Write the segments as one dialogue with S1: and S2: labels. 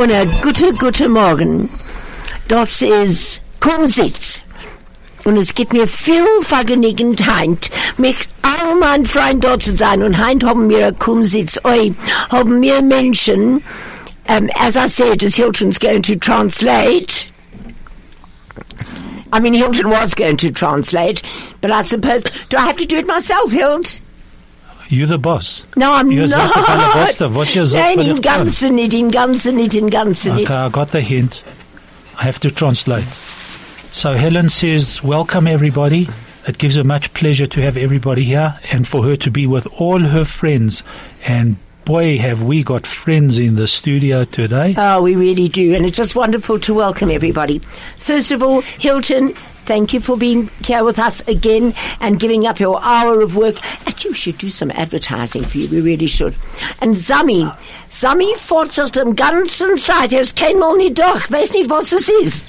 S1: und ein guter, guter Morgen. Das ist Kumsitz. Und es gibt mir viel Vergnügen, Heint, mit all meinen Freunden dort zu sein. Und Heint haben wir Kumsitz, oi, haben wir Menschen, um, as I said, as Hilton's going to translate, I mean, Hilton was going to translate, but I suppose, do I have to do it myself, Hilt?
S2: You're the boss.
S1: No, I'm
S2: You're
S1: not.
S2: the kind of boss that was your Ah, zot
S1: Nein,
S2: when
S1: in
S2: it comes.
S1: ganzen nicht, in ganzen nicht, in ganzen
S2: Okay,
S1: nicht.
S2: I got the hint. I have to translate. So Helen says, Welcome everybody. It gives her much pleasure to have everybody here and for her to be with all her friends. And boy, have we got friends in the studio today.
S1: Oh, we really do, and it's just wonderful to welcome everybody. First of all, Hilton, thank you for being here with us again and giving up your hour of work. Actually, we should do some advertising for you. We really should. And Sami, Sami fortsetzt im ganzen Zeit. Er ist kein Mal nicht durch. Weiß nicht, was es ist.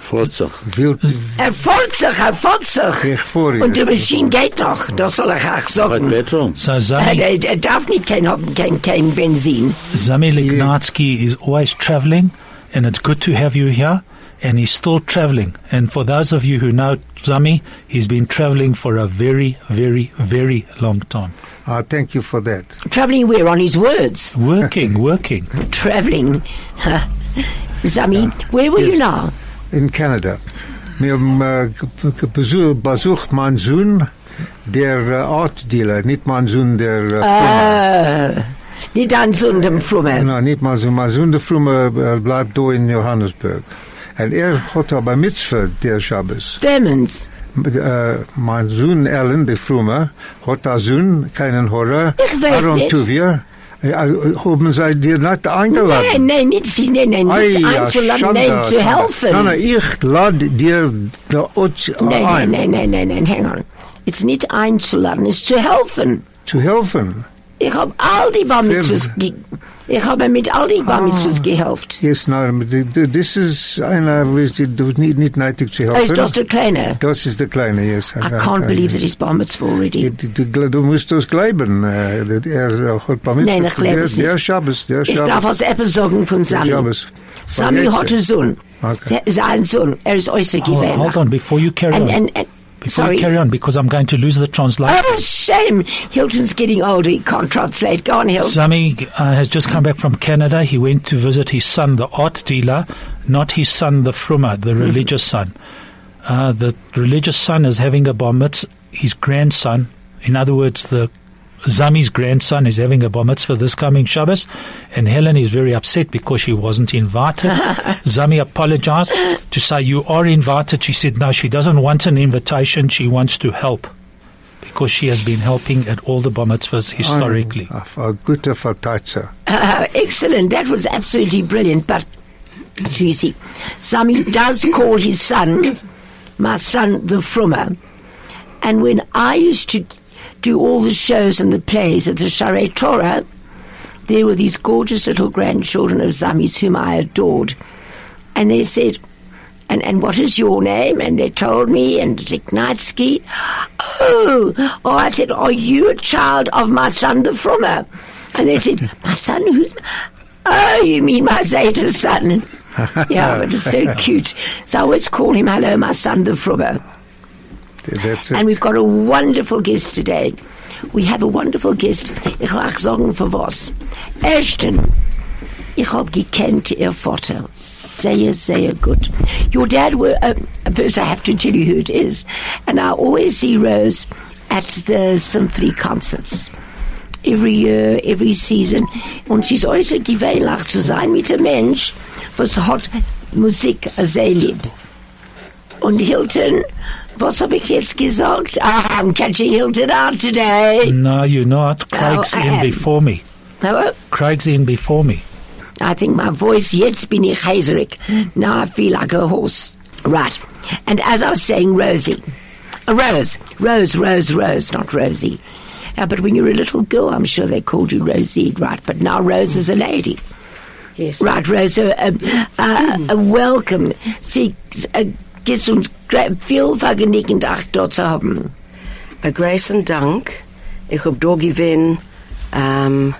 S3: Vorzug.
S4: Wild,
S1: Er folgt sich, er folgt sich.
S4: Ich vor ihr.
S1: Und die Maschine geht doch. Das soll ich auch
S3: Was
S1: sagen.
S3: Petro?
S2: So
S1: Er,
S2: Zami,
S1: er, er darf nicht kein, haben, kein, kein Benzin.
S2: Zami Lignatsky is always traveling and it's good to have you here. And he's still traveling. And for those of you who know Zami, he's been traveling for a very, very, very long time.
S4: Ah, thank you for that.
S1: Traveling where? On his words.
S2: Working, working.
S1: traveling. Sami, where were you now?
S4: In Canada. Mir haben äh, ge- ge- besuch- besucht mein Sohn, der äh, Art Dealer, nicht mein Sohn, der
S1: Ah.
S4: äh, Firma.
S1: Äh, nicht an Sundem Flumme.
S4: Nein, Genau, nicht mein Sohn. Mein Sohn, der Frumme, äh, bleibt da in Johannesburg. Und er hat aber Mitzvah, der Schabbos.
S1: Clemens,
S4: Äh, mein Sohn Alan, der Frumme, hat da Sohn, keinen Horror.
S1: Ich weiß
S4: Aaron
S1: nicht.
S4: Tuvia, äh, äh, haben sie dir nicht eingeladen.
S1: nein, nein, nicht, sie- nein, nein, nicht
S4: Ei, ja,
S1: einzuladen,
S4: Schande,
S1: nein, zu
S4: Schande.
S1: helfen.
S4: Nein, nein, ich lade dir da uns
S1: Nein, nein,
S4: ein,
S1: nein, nein, nein, nein, hang on. It's nicht einzuladen, es ist zu helfen.
S4: zu helfen.
S1: Ich habe all die Bamitzvahs ge... Ich habe mit all die
S4: Ah.
S1: Bamitzvahs gehelft.
S4: Yes, nein, das ist einer, wo es dir- du nicht, nicht nötig zu
S1: Er ist
S4: helfen.
S1: das der Kleine.
S4: Das ist der Kleine, yes.
S1: I can't believe that he's Bamitzvah already.
S4: Du, du, du musst das glauben, äh, dass er auch hat bei mir
S1: Nein, ich glaub
S4: der,
S1: es nicht.
S4: der Schabbos, der
S1: Ich darf
S4: Schabbos,
S1: als etwas sagen von
S4: der
S1: Sami.
S4: Schabbos.
S1: Sami
S4: Von
S1: hat
S4: jetzt.
S1: einen Sohn.
S4: Okay. Ah. Halt
S1: Se- Sein Sohn, er ist äußerst
S2: Hold,
S1: gewählt.
S2: hold on, before you carry
S1: And,
S2: on.
S1: and, and
S2: before you carry
S1: sorry.
S2: on, because I'm going to lose the translation.
S1: Oh, shame. Hilton's getting older. He can't translate. Go on, Hilton.
S2: Zami uh, has just come back from Canada. He went to visit his son, the art dealer, not his son, the fruma, the religious son. Uh, the religious son is having a bar mitzvah. His grandson, in other words, the Zami's grandson is having a bar mitzvah this coming Shabbos, and Helen is very upset because she wasn't invited. Zami apologized to say, "You are invited." She said, "No, she doesn't want an invitation. She wants to help." Because she has been helping at all the bar mitzvahs
S4: Ah,
S2: historically.
S4: Ein, ein guter Verteidiger.
S1: Uh, excellent. That was absolutely brilliant. But, so you see, Sami does call his son, my son, the Frummer. And when I used to do all the shows and the plays at the Charret Torah, there were these gorgeous little grandchildren of Sami's whom I adored. And they said, and, and what is your name? And they told me, and Lignatsky. Oh, oh, I said, are you a child of my son, the Frummer? And they said, my son, who's, oh, you mean my Zeta's son? yeah, but it's so cute. So I always call him, hello, my son, the Frummer.
S4: That's it.
S1: And we've got a wonderful guest today. We have a wonderful guest. Ich will auch sagen, für was. Ashton, ich hab gekannt ihr Vater. Sehr, sehr gut. Your dad were, um, first I have to tell you who it is. And I always see Rose at the symphony concerts. Every year, every season. Und sie ist äußerst gewählach zu sein mit einem Mensch, was hat Musik sehr lieb. Und Hilton, was habe ich jetzt gesagt? Ah, I'm catching Hilton out today. Hm.
S2: No, you're not. Craig's
S1: Oh, I
S2: in
S1: am.
S2: before me.
S1: Hello?
S2: Craig's in before me.
S1: I think my voice, jetzt bin ich heiserig. Now I feel like a horse. Right. And as I was saying, Rosie. Uh, Rose. Rose, Rose, Rose, not Rosie. Uh, but when you were a little girl, I'm sure they called you Rosie, right? But now Rose is a lady.
S5: Yes.
S1: Right, Rosa, um, uh, uh, welcome. Sie, uh, gibst uns gra- viel Vergnügen, dich dort zu haben.
S5: A grace and dank. Ik heb daar gewen, ehm,
S3: ähm,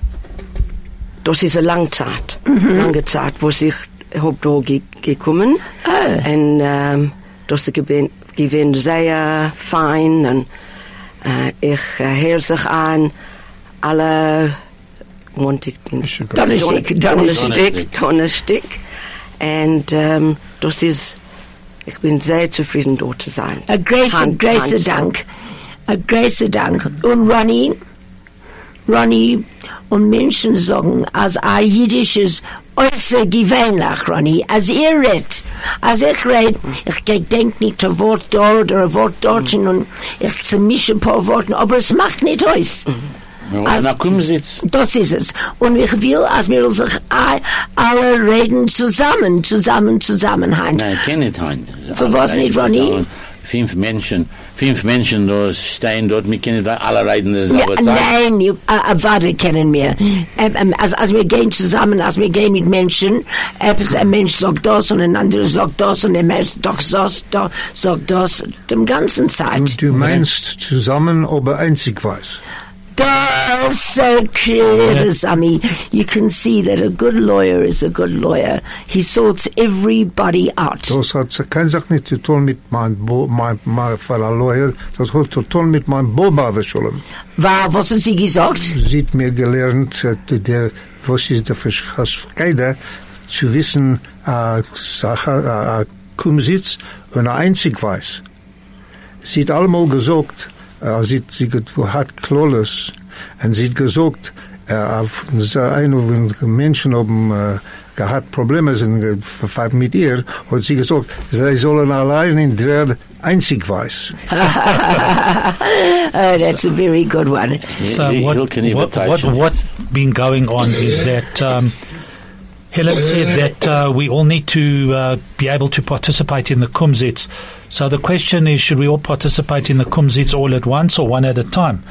S3: Das ist eine lange Zeit,
S1: Mhm.
S3: lange Zeit, wo ich hab da ge gekommen.
S1: Ah.
S3: Und ähm, das ist gewesen- gewesen sehr fein und äh, ich äh, höre sich an alle Montag, Dienstag,
S1: Donnerstag, Donnerstag.
S3: Donnerstag, Donnerstag. Und ähm, das ist, ich bin sehr zufrieden, dort zu sein.
S1: A grace, a
S3: Hand-
S1: grace
S3: Hand-
S1: Dank. A grace Dank. Und Ronnie, Ronnie, und Menschen sagen, als ein Jiddisch ist äußer gewöhnlich, Ronnie. Als ihr redet, als ich rede, ich denke nicht ein Wort dort oder ein Wort dort und ich zermische ein paar Worte, aber es macht nicht aus.
S5: Und da kommen sie jetzt.
S1: Das ist es. Und ich will, als wir sich a- alle reden zusammen, zusammen, zusammen, Heinz.
S5: Nein, ich kenne nicht Hand.
S1: Für was nicht, Ronny?
S5: Fünf Menschen, fünf Menschen da stehen dort, wir kennen da alle reiten das
S1: Ja,
S5: aber
S1: nein, you- äh, äh, warte, kennen wir. Ähm, ähm, als, als wir gehen zusammen, als wir gehen mit Menschen, etwas, ein Mensch sagt das und ein anderer sagt das und ein Mensch sagt das, da- sagt das, dem ganzen Zeit.
S4: Und du meinst zusammen, aber einzig weiß.
S1: That's so clear, Sammy. You can see that a good lawyer is a good lawyer. He sorts everybody out.
S4: Das hat keine Sache nicht zu tun mit meinem Bo, mein, mein Verleuer. Das hat zu tun mit meinem Boba, was soll ihm.
S1: Wa, was hat sie gesagt?
S4: sieht mir gelernt, äh, der, was ist der Verschweiger, zu wissen, äh, Sache, äh, Kumsitz und er einzig weiß. Sie hat allemal gesagt, äh, sie, sie hat- hat Klolles, und sie hat gesagt, äh, auf einen Menschen haben äh, gehabt Probleme sind ge- ver- mit ihr, hat sie gesagt, sie sollen allein in der einzig weiß.
S1: Oh, that's a very good one.
S2: So
S5: He- he'll
S2: what,
S5: can
S2: what, what,
S5: hypnotize
S2: what's been going on is that um, Helen said that uh, we all need to uh, be able to participate in the kumsitz. So the question is, should we all participate in the kumsitz all at once or one at a time?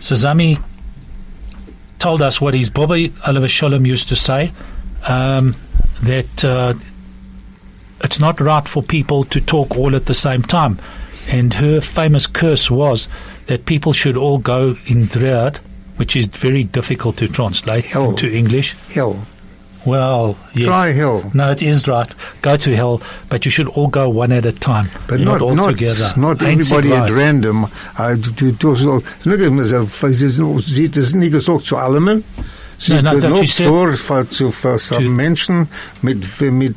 S2: So Zami told us what his Baba Oliver Sholem used to say, um, that uh, it's not right for people to talk all at the same time. And her famous curse was that people should all go in Dread, which is very difficult to translate
S4: Hell.
S2: into English.
S4: Hell,
S2: Well, yes.
S4: try hell.
S2: No, it is right. Go to hell, but you should all go one at a time,
S4: But
S2: not,
S4: not
S2: all
S4: not,
S2: together.
S4: not
S2: Ain't
S4: everybody at
S2: surprised.
S4: random. uh, I do do do so. Look at uh, myself. Sie das nicht gesagt zu allem. Sie
S2: Nein, not
S4: hat
S2: that
S4: nur
S2: she said-
S4: vor für zu für so
S2: To-
S4: Menschen mit mit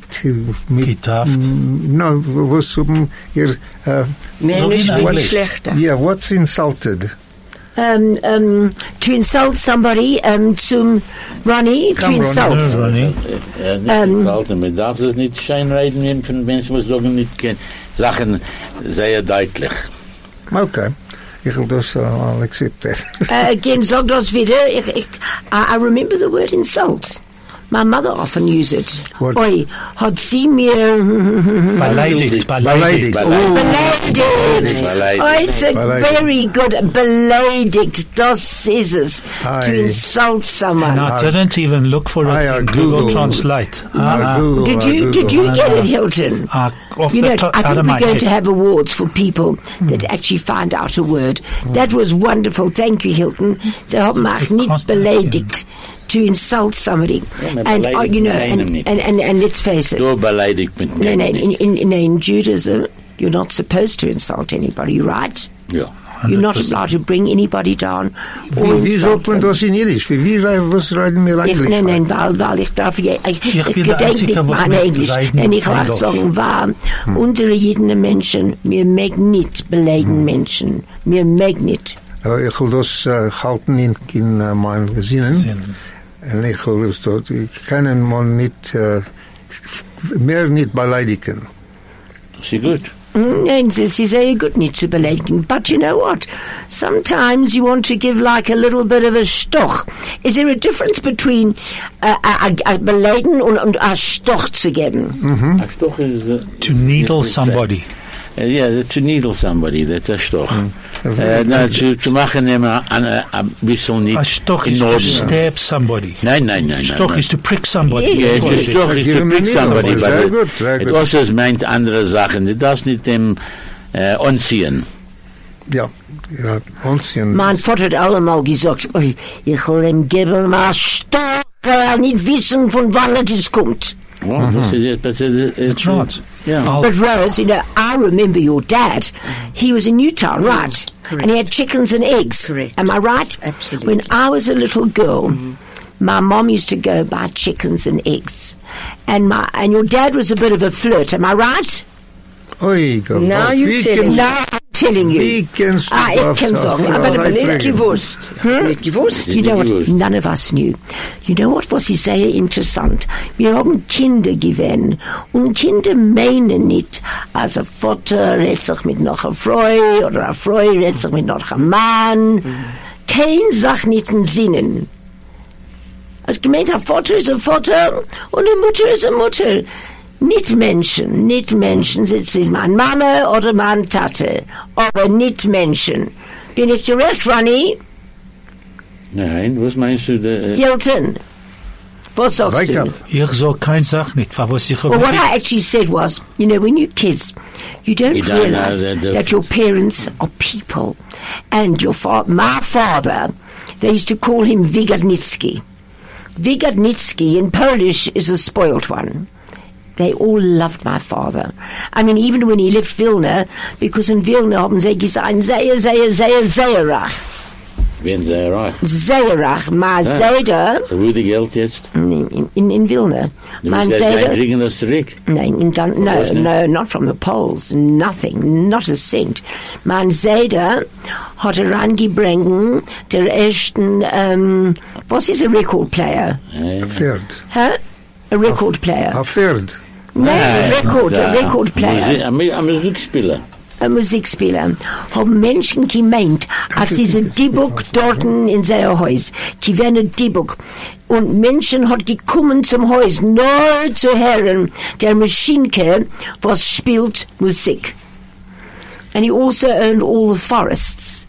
S4: mit
S2: Getaft.
S4: Na, was um ihr äh,
S3: Mehr
S2: So
S3: nicht,
S2: wie
S3: wenig
S2: neulich.
S3: schlechter.
S4: yeah, what's insulted?
S1: Um, um, to insult somebody, um, to Ronnie, to
S4: Come, Ronnie.
S1: insult.
S2: No, Ronnie.
S5: Ja,
S1: Ähm.
S5: nicht salten, man darf das nicht scheinreden, wenn von Menschen, was sagen, nicht kennen. Sachen sehr deutlich.
S2: Oh.
S4: Okay. Ich will das äh, I'll accept that.
S1: Uh, again, sag das wieder. Ich, ich, I, I remember the word insult. My mother often used it.
S4: What?
S1: Oi, hat sie mir
S2: Beleidigt,
S4: Beleidigt.
S2: beleidigt.
S4: Oh,
S1: beleidigt.
S5: Beleidigt.
S1: Oi, so
S4: Beleidigt.
S1: very good. Beleidigt, das ist es. To
S4: Aye.
S1: insult
S2: And
S1: someone.
S2: I didn't even look for it
S4: I, uh,
S2: in Google,
S4: Googled.
S2: Translate.
S4: I
S2: Uh,
S4: Google,
S1: Did
S4: I
S1: you,
S4: Google.
S1: did you get it,
S2: Uh,
S1: Hilton?
S2: uh, off
S1: You
S2: the
S1: know,
S2: top,
S1: I think
S2: out of
S1: we're
S2: my
S1: going
S2: head. Hmm.
S1: to have awards for people that actually find out a word. That was wonderful. Thank you, Hilton. So haben wir auch nicht
S2: cost-
S1: beleidigt to insult somebody.
S5: man
S1: and, uh, you
S5: beleidigt
S1: know,
S5: keinem
S1: and,
S5: nicht.
S1: and, and, and let's face it.
S5: Du beleidigt mit
S1: No,
S5: mir.
S1: no, in,
S5: nicht.
S1: in, in, in Judaism, you're not supposed to insult anybody, right?
S5: Ja.
S1: You're not allowed to bring anybody down or
S4: Wie, wie
S1: insult
S4: sagt man
S1: them.
S4: das in Irisch? Wie, wie rei- was reden wir
S1: Ich,
S4: eigentlich?
S1: nein, nein, weil, weil ich darf, ja- ich, ich,
S2: Ich bin der
S1: gedenke
S2: Einzige,
S1: nicht
S2: was
S1: mein
S2: mit
S1: Englisch.
S2: Leiden
S1: Und ich
S2: kann
S1: will
S2: darf.
S1: sagen, war, unsere jeden Menschen, wir mögen nicht beleidigen Menschen. Wir mögen nicht.
S4: Äh, Ich will das äh, halten in, in äh, meinen Gesinnen.
S2: Sinn.
S4: En ik geloof dat ik kan hem niet eh, meer niet beleidigen.
S5: Das ist gut.
S1: Nein, sie, sie sehr gut nicht zu beleidigen. But you know what? Sometimes you want to give like a little bit of a stoch. Is there a difference between a, a, a, a beleidigen und, und a stoch zu geben?
S5: Hm? Ein Stoch ist... äh,
S2: Mhm. To needle
S5: nicht
S2: somebody.
S5: Uh, yeah, to needle somebody, that's a stoch. Uh, no, to, to machen immer an, a, a bisschen nicht
S2: A stoch
S5: in
S2: Ah, is to
S5: Ordnung.
S2: stab somebody.
S5: Nein, nein, nein.
S2: Stoch
S5: nein,
S2: is to prick somebody.
S1: Yeah,
S5: nein.
S1: it's
S5: Yeah, the stoch is to
S4: Giving
S5: pick
S4: me
S5: somebody,
S4: needle.
S5: but
S4: Very
S5: it-
S4: good, very
S5: it
S4: good.
S5: also meint dus andere Sachen. Du darfst nicht dem äh, anziehen.
S4: Ja, ja, onzin.
S1: Mein Vater hat allemal gesagt, "Oi, ich will ihm geben mal a stoch. will nicht wissen, von wann es kommt.
S5: Well, this Oh, is it, but it, it,
S2: That's right.
S5: Yeah.
S2: I'll-
S3: Oh.
S1: But Rose, you know, I remember your dad. He was in Utah, right? And he had chickens and eggs.
S3: Correct.
S1: Am I right?
S3: Absolutely. Mm-hmm.
S1: When I was a little girl, my mom used to go buy chickens and eggs, and my and your dad was a bit of a flirt. Am I right?
S4: Oi, God.
S1: Nou,
S3: Now you
S4: Wie
S3: tell
S4: kennst-
S3: him.
S1: No, I'm telling you.
S4: Wie kennst du
S1: Ah, ich
S4: überhaupt
S1: kenn's
S4: auf-
S1: auch,
S4: auf-
S1: aber
S4: auf-
S1: der
S4: auf-
S3: Nicht
S4: auf-
S3: gewusst. Nicht gewusst.
S1: You know what?
S5: Gut.
S1: None of us knew. You know what was ich sehr interessant? Wir haben Kinder gewählt und Kinder meinen nicht, als ein Vater redet sich mit noch einer Frau oder eine Frau redet sich mit noch einem Mann. Kein sagt nicht den Sinnen. Als gemeint, ein Vater ist ein Vater und eine Mutter ist eine Mutter. Nicht Menschen, nicht Menschen. Es ist meine Mama oder meine Tante, aber nicht Menschen. Bin ich direkt, Ronnie?
S5: Nein, was eh, meinst du? Der,
S1: Hilton, was sagst
S4: Wake
S1: du?
S4: up.
S2: Ich sag kein Sach nicht, wa was ich
S1: Well, what I actually said was, you know, when you're kids, you don't
S5: You don't know
S1: realize
S5: the difference.
S1: that your parents are people. And your fa- my father, they used to call him Vigadnitsky. Vigadnitsky in Polish is the spoilt one. They all loved my father. I mean, even when he left Vilna, because in Vilna haben sie gesagt, sehr, sehr, sehr, sehr reich.
S5: wenn sie reich.
S1: Sehr reich. My
S5: Ah.
S1: Zeder,
S5: So wo die Geld jetzt?
S1: in, in, in Vilna,
S5: Du
S1: my
S5: musst ja sagen,
S1: Zeder,
S5: kriegen das zurück.
S1: No, in Gun- no,
S5: Wasn't it?
S1: no, not from the Poles. Nothing, not a cent. Man uh, Zeder hat herangebringen der ersten, um, was ist a record player?
S5: Nein.
S4: Pferd.
S1: Huh? A
S5: Oh.
S1: record player.
S4: Ein Pferd.
S1: No, a record, eh, a
S5: Da.
S1: record player.
S5: Musi- am- Am Musikspieler.
S1: A Musikspieler. Haben Menschen gemeint, als diese Dibuk dorten in seiner Haus. Die wären ein Dibuk. Und Menschen hat gekommen zum Haus, nur zu hören, der Maschinke, was spielt Musik. and he also owned all the forests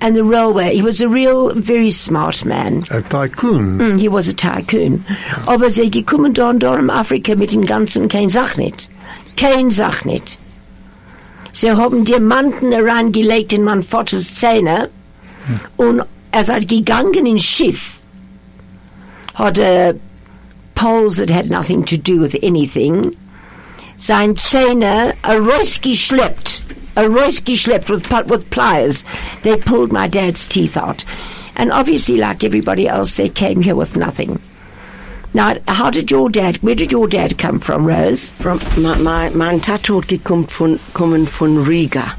S1: and the railway. He was a real, very smart man.
S4: Ein Tycoon.
S1: Mm, he was a tycoon. Aber sie gekommen da und da in Afrika mit den ganzen kein Sach nicht. Kein Sach nicht. Sie haben Diamanten reingelegt in mein Vaters Zähne und er seid gegangen in Schiff. Hat äh, Poles that had nothing to do with anything sein Zähne a Royce geschleppt. A Royce geschleppt with, pl- with pliers. They pulled my dad's teeth out. And obviously, like everybody else, they came here with nothing. Now, how did your dad, where did your dad come from, Rose?
S3: From, mein, mein, mein Tat hat gekommen von, kommen von Riga.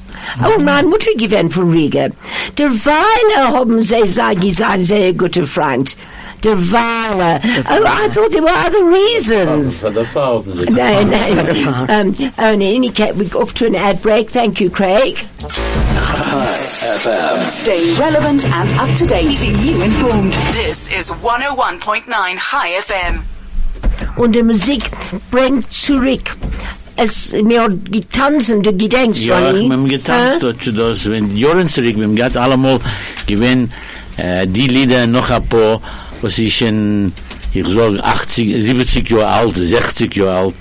S1: Oh, meine Mutter gewinnt von Riga. oh, Derweile haben sie sein, sein sehr guter Freund. Derweile. Oh, I thought there were other reasons.
S5: Von der Frau. haben sie
S1: No, no. Um, oh, in any case, we're off to an ad break. Thank you, Craig.
S6: Stay relevant and up to date. Keeping you informed. This is 101.9 High FM.
S1: und die Musik bringt zurück. Es mir hat getanzt und du gedenkst,
S5: Ja, ich
S1: Ronny.
S5: hab getanzt
S1: Äh?
S5: dort zu das, wenn Joren zurück, wir haben allemal gewinn, äh, die Lieder noch ein paar, was ich in, ich sag, 80, 70 Jahre alt, 60 Jahre alt,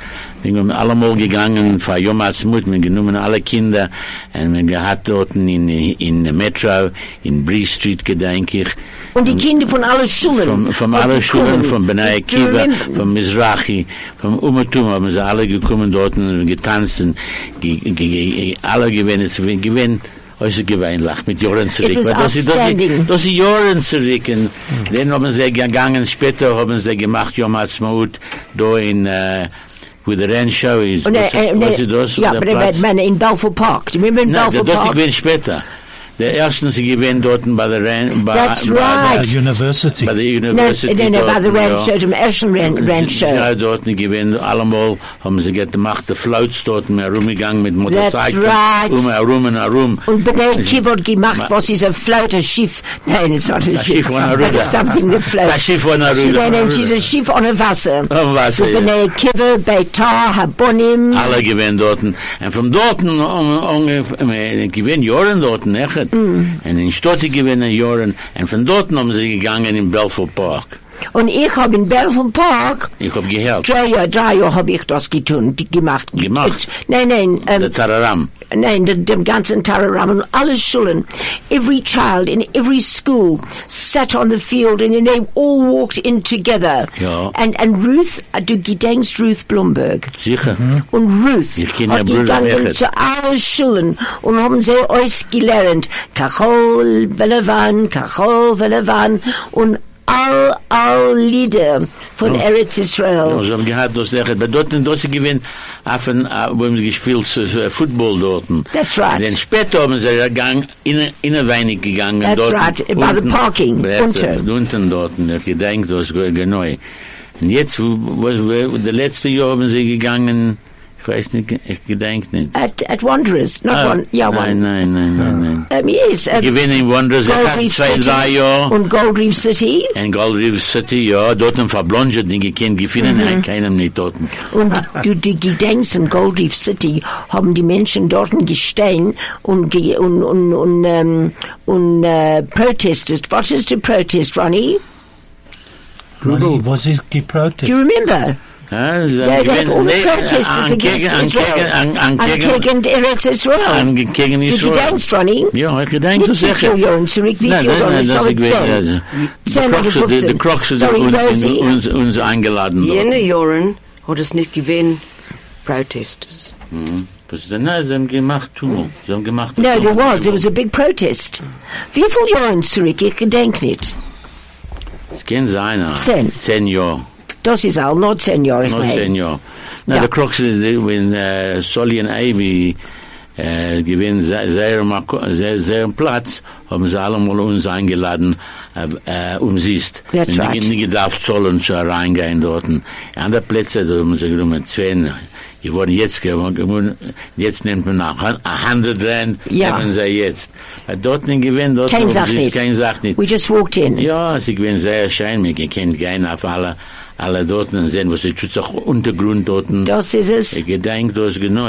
S5: wir haben allemal gegangen, für Jom Azmut, wir haben genommen alle Kinder, und wir gehabt dort in, in Metro, in Bree Street, gedenk ich,
S1: Und die Kinder von allen Schulen.
S5: Ähm, Vom, vom
S1: Und
S5: alle
S1: die
S5: Schulen,
S1: Kunden.
S5: vom Benai Kiva,
S1: Schulen.
S5: vom Mizrahi, vom Umatum haben sie alle gekommen dort und getanzt und ge, ge, ge, alle gewinnen, sie gewinnen. Äußer geweinlacht mit Joren zurück.
S1: It was
S5: Weil das ist- das ist-
S1: outstanding.
S5: Das ist Joren zurück. Und dann haben sie gegangen, später haben sie gemacht, Yom Ha'atzmaut, da in, äh, wo der Rennshow ist.
S1: Und,
S5: Was-
S1: äh, äh,
S5: was ist das?
S1: ja,
S5: Der
S1: aber
S5: Platz?
S1: ich meine, in Balfour Park. Do you remember in
S5: Nein,
S1: Balfour
S5: das
S1: Park?
S5: gewinnt später. Der erste, sie gewinnt dort bei der Ren, bei,
S1: That's
S5: bei,
S2: A
S1: right.
S2: university.
S5: bei der
S1: No,
S5: University.
S1: no, no,
S5: dort,
S1: by the
S5: ja.
S1: ranch show, the Ashen Ran- Ranch show.
S5: Ja, dort gewesen, allemal haben sie gemacht, die Flauts dort, mir rumgegangen mit Motorcycle.
S1: right.
S5: Um, herum und herum.
S1: Und Benay Kiv hat
S5: Ma-
S1: gemacht, was ist ein float, a Schiff. Nein, it's not a
S5: Ein
S1: Schiff.
S5: Schiff on a river.
S1: It's something that floats.
S5: Ein Schiff on a
S1: She-
S5: river.
S1: Nein, nein, she's a Schiff on a Wasser.
S5: Am Wasser,
S1: Mit
S5: ja.
S1: Benay Kiv, Beitar, Habonim.
S5: Alle gewesen dort. Und von dort, eh, gewesen eh, Joren dort, nechet.
S1: Mm.
S5: Und in Stotti gewesen Joren. Und von dort haben sie gegangen in Belfort Park.
S1: Und ich habe in Belfort Park
S5: Ich hab gehört.
S1: Drei Jahre, drei Jahre habe ich das getun, die gemacht.
S5: Gemacht?
S1: Nein, nein, ähm,
S5: Der Tararam.
S1: nein, dem, dem ganzen Tararam und alle Schulen, every child in every school sat on the field and then they all walked in together.
S5: Ja.
S1: And, and Ruth, uh, du gedenkst Ruth Blumberg.
S5: Sicher.
S1: Und Ruth
S5: Ich kenn ja
S1: hat
S5: Brüder
S1: gegangen
S5: echt.
S1: zu allen Schulen und haben sie euch gelernt. Kachol, Belevan, Kachol, Belevan und all, all Lieder von Eretz Israel.
S5: Ja, sie haben gehabt, das Lecher. Bei dort, dort sie gewinnt, auf ein, äh, wo haben sie gespielt, so, so, äh, Football dort.
S1: That's right.
S5: Und dann später haben sie gegangen, in, in ein Weinig gegangen.
S1: That's
S5: dort,
S1: right, by the parking,
S5: Bei-
S1: unter.
S5: Unten dort, ich gedenke, das ge- genau. Und jetzt, wo, wo, wo, der letzte Jahr haben sie gegangen, ich weiß nicht, ich gedenke nicht.
S1: At, at Wanderers, not
S5: Ah,
S1: one, yeah,
S5: nein,
S1: one.
S5: nein, nein, nein, nein.
S1: Um, yes, at
S5: Gewinn in Wanderers, ich
S1: Gold
S5: hab
S1: Reef
S5: zwei, drei
S1: City
S5: Jahre.
S1: und Gold Reef City
S5: In Gold Reef City, ja, dort ein Verblonjet, den gekannt, gefunden, mhm. keinem nicht dort.
S1: und du die Gedenks in Gold Reef City haben die Menschen dort gestehen und ge- und und und ähm, und äh, protested. What is the protest, Ronnie?
S2: Ronnie, was is
S1: Do
S2: geprotet?
S1: you remember?
S5: Ja, sie
S1: Yeah,
S5: haben
S1: they had all the
S5: nee,
S1: protesters against
S5: angegen- angegen-
S1: Israel.
S5: an- angegen-
S1: Angegen Eretz Israel.
S5: angegen
S1: Die
S5: Israel.
S1: Gedenks, Ronnie.
S5: Ja, ich gedenke,
S1: Nicht
S5: du
S1: wie
S5: sicher.
S1: viel Jahren zurück, wie
S5: Nein,
S1: viel
S5: nein,
S1: Jahren,
S5: nein, das
S1: soll
S5: ist
S1: ich
S5: gewesen. also.
S1: zählen?
S5: Die
S1: Zehn oder
S5: Crocs, die- die
S1: fünfzehn.
S5: Crocs sind
S1: Sorry,
S5: uns,
S1: Rosie.
S5: uns, uns eingeladen. dort.
S3: Jene Jahren hat es nicht gewesen, Protesters.
S5: Mhm. Das ist- Nein, sie haben gemacht Tumult. Sie haben gemacht
S1: No, there
S5: Tumult.
S1: was. There was a big protest. Wie viel Jahren zurück? Ich gedenk nicht.
S5: Es kann sein, ah.
S1: Zehn.
S5: Zehn Jahre.
S1: Das ist all, not zehn Jahre, ich
S5: Not
S1: meine.
S5: zehn Jahre. Na,
S1: Ja.
S5: der Crocs, die- wenn äh, Solly und Ivy äh, gewinnen se- sehr, marko- sehr, sehr Platz, haben sie alle mal uns eingeladen, äh, äh, um siehst.
S1: That's
S5: Wenn
S1: right.
S5: die nicht gedacht sollen zu reingehen dort. Andere Plätze, da haben sie genommen, zwei, die wurden jetzt gewonnen, gewonnen, jetzt nimmt man nach, 100 Rand,
S1: Ja.
S5: nehmen sie jetzt. Weil dort nicht gewinnen, dort
S1: Keine
S5: haben
S1: Sache
S5: sie-
S1: nicht.
S5: keine Sache nicht.
S1: We just walked in.
S5: Ja, sie gewinnen sehr schön. Wir kennt gehen auf alle, alle dort und sehen, was sie tut, auch Untergrund dort.
S1: Das ist es.
S5: Ich gedenke, das ist genau.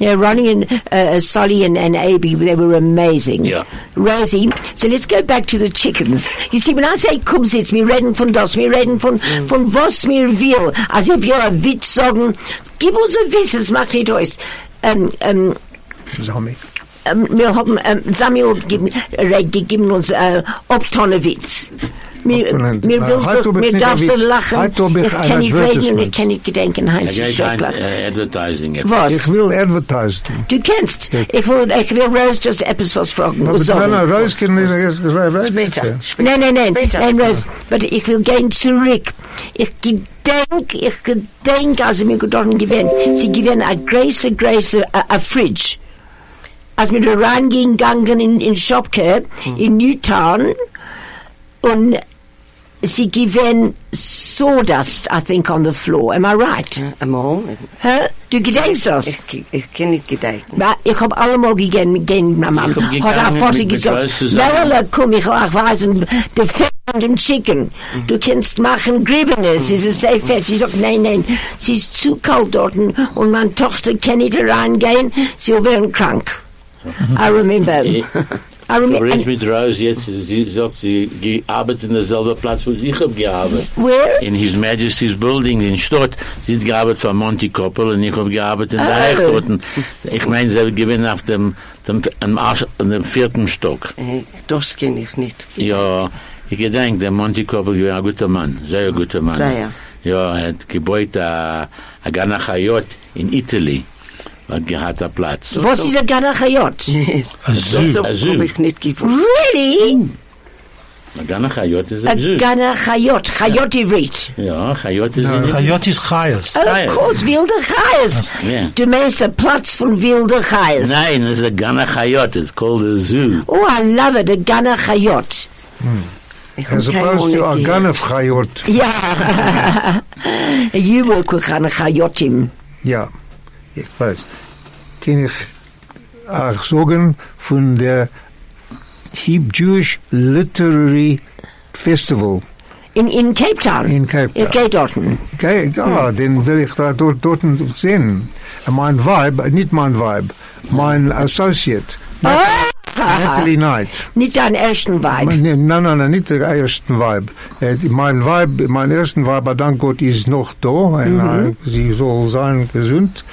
S1: Yeah, Ronnie and uh, uh, Solly and, and Abby, they were amazing.
S5: Yeah.
S1: Rosie, so let's go back to the chickens. You see, when I say Kumsitz, me reden von das, me reden von, von was mir will, als if you're a Witz sagen, gib uns ein Witz, es macht nicht aus. Ähm, ähm,
S4: Sami.
S1: ähm, wir haben, ähm, Samuel gegeben, äh, gegeben uns, äh, Obtonewitz. Mir,
S4: Obtonen-
S1: mir
S4: Na,
S1: will
S4: halt
S1: so,
S4: ob ich
S1: mir
S4: nicht
S1: darf
S4: ein
S1: so
S4: Witz.
S1: lachen.
S4: Halt ob ich
S1: Ich
S4: ein
S1: kann nicht reden, ich
S4: Advertisement.
S1: kann nicht gedenken,
S5: Ich
S1: Heinz, ich
S5: gehe ein
S1: schocklachen.
S5: äh, Advertising. jetzt.
S1: Was?
S4: Ich will advertisen.
S1: Du kennst. Ich will, ich will Rose just etwas was fragen.
S4: Aber
S1: Was
S4: wenn er
S1: sagen?
S4: raus kann,
S3: Später.
S1: Nein, nein, nein.
S3: Später.
S1: Nein, Rose. Aber ich will gehen zurück. Ich gedenk, ich gedenk, als sie mir gedacht gewähnt. Sie gewähnt a große, große, a, a fridge. Als wir da reingegangen in, in Shopke, in Newtown, und sie gewähnt sawdust, I think, on the floor. Am I
S3: Hmm.
S1: right?
S3: Einmal,
S1: Huh? Du gedenkst das?
S3: ich, ich kann nicht gedenken.
S1: Maar ik heb allemaal gegaan met geen mama.
S5: Ik heb
S1: Had
S5: gegaan
S1: haar
S5: met-
S1: vader
S5: met- met huis
S1: gezegd,
S5: zusammen.
S1: Melala, komm, ich lag weißen, de Fett und dem Chicken.
S5: Mm.
S1: Du kannst machen Griebenes, es ist sehr fett. Sie sagt, nein, nein, sie ist zu kalt dort und meine Tochter kann nicht reingehen, sie werden krank. I remember.
S5: Eh,
S1: I
S5: Du
S1: remember.
S5: redest
S1: and
S5: mit Rose jetzt, sie sagt, sie die arbeitet in derselben Platz, wo ich habe gearbeitet.
S1: Where?
S5: In His Majesty's Building in Stott. Sie hat gearbeitet von Monty Koppel und ich habe gearbeitet in der
S1: Ah.
S5: Eichtorten. Ich meine, sie gewinnen auf dem, dem, am Arsch, an dem vierten Stock.
S3: Äh, Das kann ich nicht.
S5: Ja, ich gedenke, der Monty Koppel war ein guter Mann, sehr guter Mann.
S3: Sehr.
S5: Ja, er hat gebeut a, a Ganachayot in Italy, Er hat gehabt einen Platz.
S1: Was ist ein Ganachayot?
S3: Yes.
S2: A
S3: Das
S2: zoo.
S3: habe
S5: Asyl.
S3: ich nicht gewusst.
S5: Mm.
S1: Really?
S5: A Ganachayot ist
S1: A
S5: ein Süß.
S1: Ganachayot, Chayot Ivrit.
S5: Ja, Chayot ist ein Süß.
S2: Chayot is chayas.
S1: Of
S5: Chayes.
S1: course, wilde Chayes.
S5: Ja.
S1: Du meinst der Platz von wilde Chayes.
S5: Nein, es ist ein Ganachayot, it's called a zoo.
S1: Oh, I love it, a Ghana Chayot.
S3: Ich hab
S4: As
S3: keine
S4: opposed to
S3: Ahnung gehabt.
S4: Organe Chayot.
S1: Ja. you walk with Ghana Chayotim.
S4: Ja, ich weiß. Den ich auch sagen von der Heb- Jewish Literary Festival.
S1: In, in Cape Town.
S4: In Cape
S1: In
S4: Town.
S1: Cape Town.
S4: Okay, ja, den will ich da dort, dort sehen. Mein Vibe, nicht mein Vibe, mein Associate,
S1: Oh!
S4: Natalie Knight.
S1: Nicht dein ersten Weib.
S4: Nein, nein, nein, nicht der ersten Weib. Äh, Mein Weib, mein ersten Weib, dank Gott, ist noch da. Und, äh, sie soll sein gesund.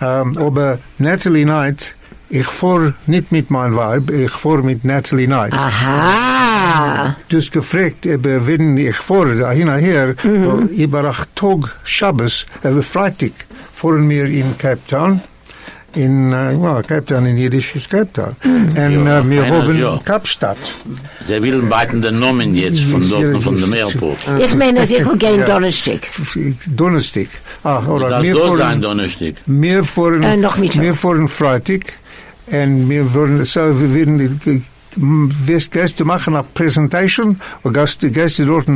S4: Ähm, aber Natalie Knight Ich fuhr nicht mit meinem Weib, ich fuhr mit Natalie Knight.
S1: Ah. Aha.
S4: Du hast gefragt, eben, wenn ich fuhr, hin und her, mhm. über acht Tage Schabbos, äh, Freitag, fuhren wir in Cape Town. In, äh, well, Cape Town, in Jiddisch ist Cape Town. Und
S5: Ja,
S4: äh, wir
S5: einer,
S4: haben
S5: ja.
S4: Kapstadt.
S5: Sie will warten den Namen jetzt von dort, von dem Airport.
S1: Ich meine, dass ich will gehen
S4: Ja.
S1: Donnerstag.
S4: Donnerstag. Ah, oder
S5: Das
S4: wir
S5: dort sein
S4: fuhren,
S5: Donnerstag.
S4: wir fuhren,
S1: Äh, noch Mittwoch.
S4: wir fuhren Freitag. Und wir wurden, so, wir werden, wirst gestern machen eine Präsentation, und gehst, gehst du dort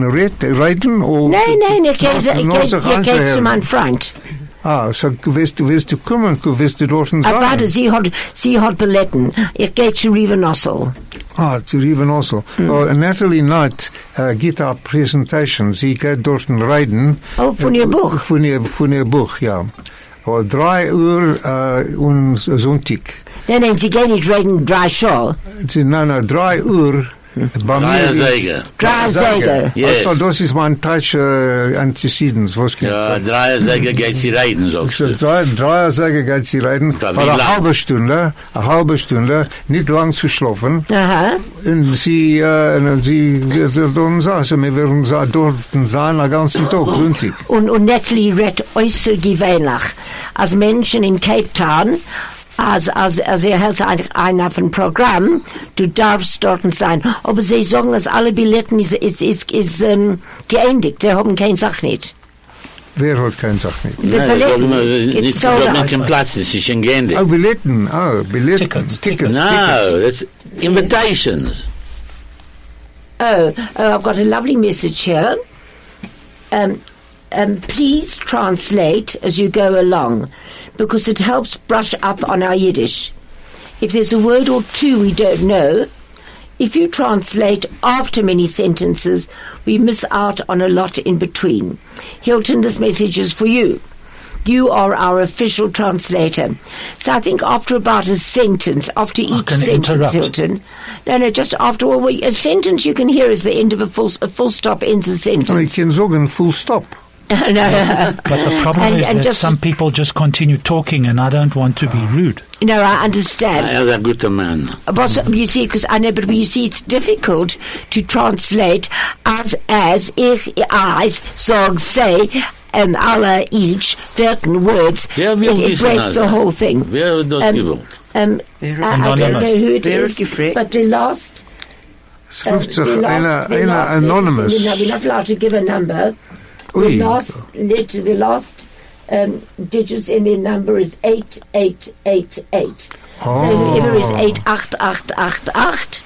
S4: reden, oder?
S1: Nein, nein, ich gehe ich gehe- ich gehe zu meinem Freund.
S4: Ah, so wirst du, wirst du kommen, wirst du dort sein.
S1: Aber warte, sie hat, sie hat beletten. Ich gehe zu Riva Nossel.
S4: Ah, zu Riven also. Oh, Natalie Knight uh, geht a Präsentation. Sie geht durch den Reiten.
S1: Oh, von ihr Buch.
S4: Von ihr, von ihr Buch, ja. Oh, drei Uhr uh, und Sonntag.
S1: Nein, nein, sie gehen nicht reden drei Schau.
S4: Sie, nein, nein, drei Uhr. Bei
S5: Dreier
S4: ist-
S5: Säge.
S1: Drei Säge.
S5: Yes.
S4: Also, das ist mein Teich äh, Antizidens. Was gibt
S5: Ja, Dreier Säge geht sie reiten, sagst
S4: So,
S5: du.
S4: drei, drei Säge geht sie reiten.
S5: Ja, wie
S4: Für eine
S5: lang?
S4: halbe Stunde, eine halbe Stunde, nicht lang zu schlafen.
S1: Aha.
S4: Und sie, äh, und sie werden sagen, also wir werden sagen, durften sein den ganzen Tag, gründlich.
S1: Und, und Natalie redt äußer gewöhnlich. Als Menschen in Cape Town, als, als, als er hält ein, ein auf ein Programm, du darfst dort sein. Aber sie sagen, dass alle Billetten ist, ist, ist, ist ähm, geendigt. Sie haben keine Sache nicht.
S4: Wer hat keine Sache nicht?
S1: Die
S5: Nein, ich glaube,
S1: Billetten,
S5: nicht,
S1: it's
S5: ich
S1: sold
S5: glaube, nicht
S1: out.
S5: kein Platz, es ist schon geendet.
S4: Ah, Billetten, ah, Billetten,
S2: Tickets, Tickets.
S4: Tickets, Tickets.
S5: No, that's invitations.
S1: Oh, oh, I've got a lovely message here. Um, um, please translate as you go along because it helps brush up on our Yiddish. If there's a word or two we don't know, if you translate after many sentences, we miss out on a lot in between. Hilton, this message is for you. You are our official translator. So I think after about a sentence, after each
S2: can
S1: sentence,
S2: interrupt.
S1: Hilton. No, no, just after all, we- a sentence you can hear is the end of a full, a full stop ends a
S4: Aber
S1: sentence.
S4: ich kann sagen, full stop.
S1: no,
S2: But the problem
S1: And-
S2: is
S1: and
S2: that
S1: just-
S2: some people just continue talking, and I don't want to be rude.
S1: no, I understand.
S5: Er ist ein guter Mann.
S1: But you see, because I know, but you see, it's difficult to translate as as ich eyes song say um alle each certain words.
S5: Yeah, we
S1: it, it
S5: listen
S1: breaks
S5: as
S1: the
S5: that.
S1: whole thing.
S5: Wer hat das
S1: Um,
S5: gewollt?
S1: Um,
S3: Very
S1: I, I don't know
S2: anonymous.
S1: who it
S3: Very
S1: is,
S3: different.
S1: but the last.
S4: Es
S1: um,
S4: ruft sich
S1: the last-
S4: einer,
S1: the
S4: einer
S1: last letter-
S4: Anonymous.
S1: No, we're not allowed to give a number.
S4: Ui,
S1: The last letter, the last um, digits in their number is 8888. So
S4: Oh.
S1: whoever is 88888,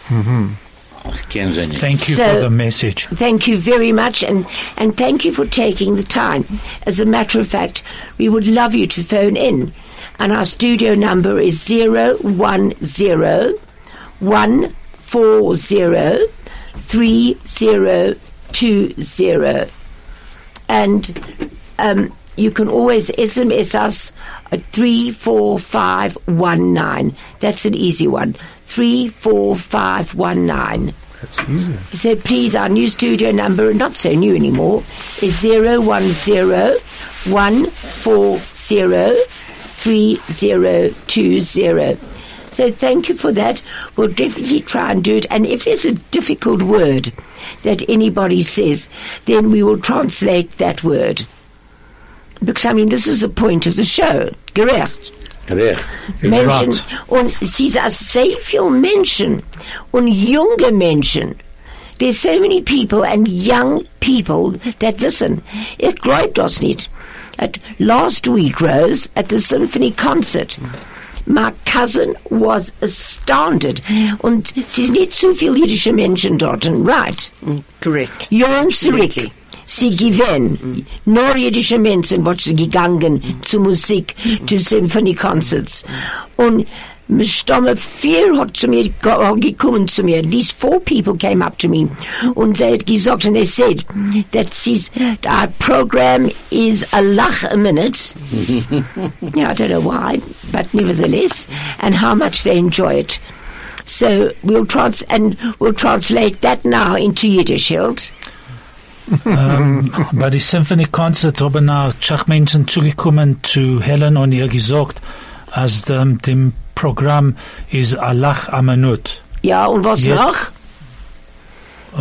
S5: Ich kenne sie nicht.
S2: Thank you
S1: So-
S2: for the message.
S1: thank you very much and, and thank you for taking the time. As a matter of fact, we would love you to phone in. And our studio number is 010 140 3020. and um, you can always SMS us at 34519. That's an easy one. 34519.
S4: That's easy.
S1: So please, our new studio number, not so new anymore, is 010-140-3020. So thank you for that. We'll definitely try and do it. And if there's a difficult word that anybody says, then we will translate that word. Because, I mean, this is the point of the show. Correct.
S5: Recht.
S1: Menschen
S2: Right.
S1: und sie sind sehr viele Menschen und junge Menschen. There's so many people and young people that listen. Ich glaube das nicht. At last week, Rose, at the symphony concert, my cousin was astounded. Und es ist nicht so viel jüdische Menschen dort, right?
S3: Correct.
S1: Joram Zurich.
S3: Wirklich.
S1: Sie gewinnen. Nur jüdische Menschen waren gegangen zu Musik, zu Symphony-Concerts. Und mir Stamme vier hat zu mir ge- hat gekommen zu mir. At least four people came up to me. Und sie hat gesagt, and they said, that she's, our program is a lach a minute. yeah, I don't know why, but nevertheless, and how much they enjoy it. So we'll trans and we'll translate that now into Yiddish, Hild.
S2: Ähm, Bei die Symphony Concert haben auch Schachmenschen zugekommen zu Helen und ihr gesagt, als dem, dem Programm ist Allah Amanut.
S1: Ja, und was
S2: Jetzt-
S1: noch?
S2: Äh,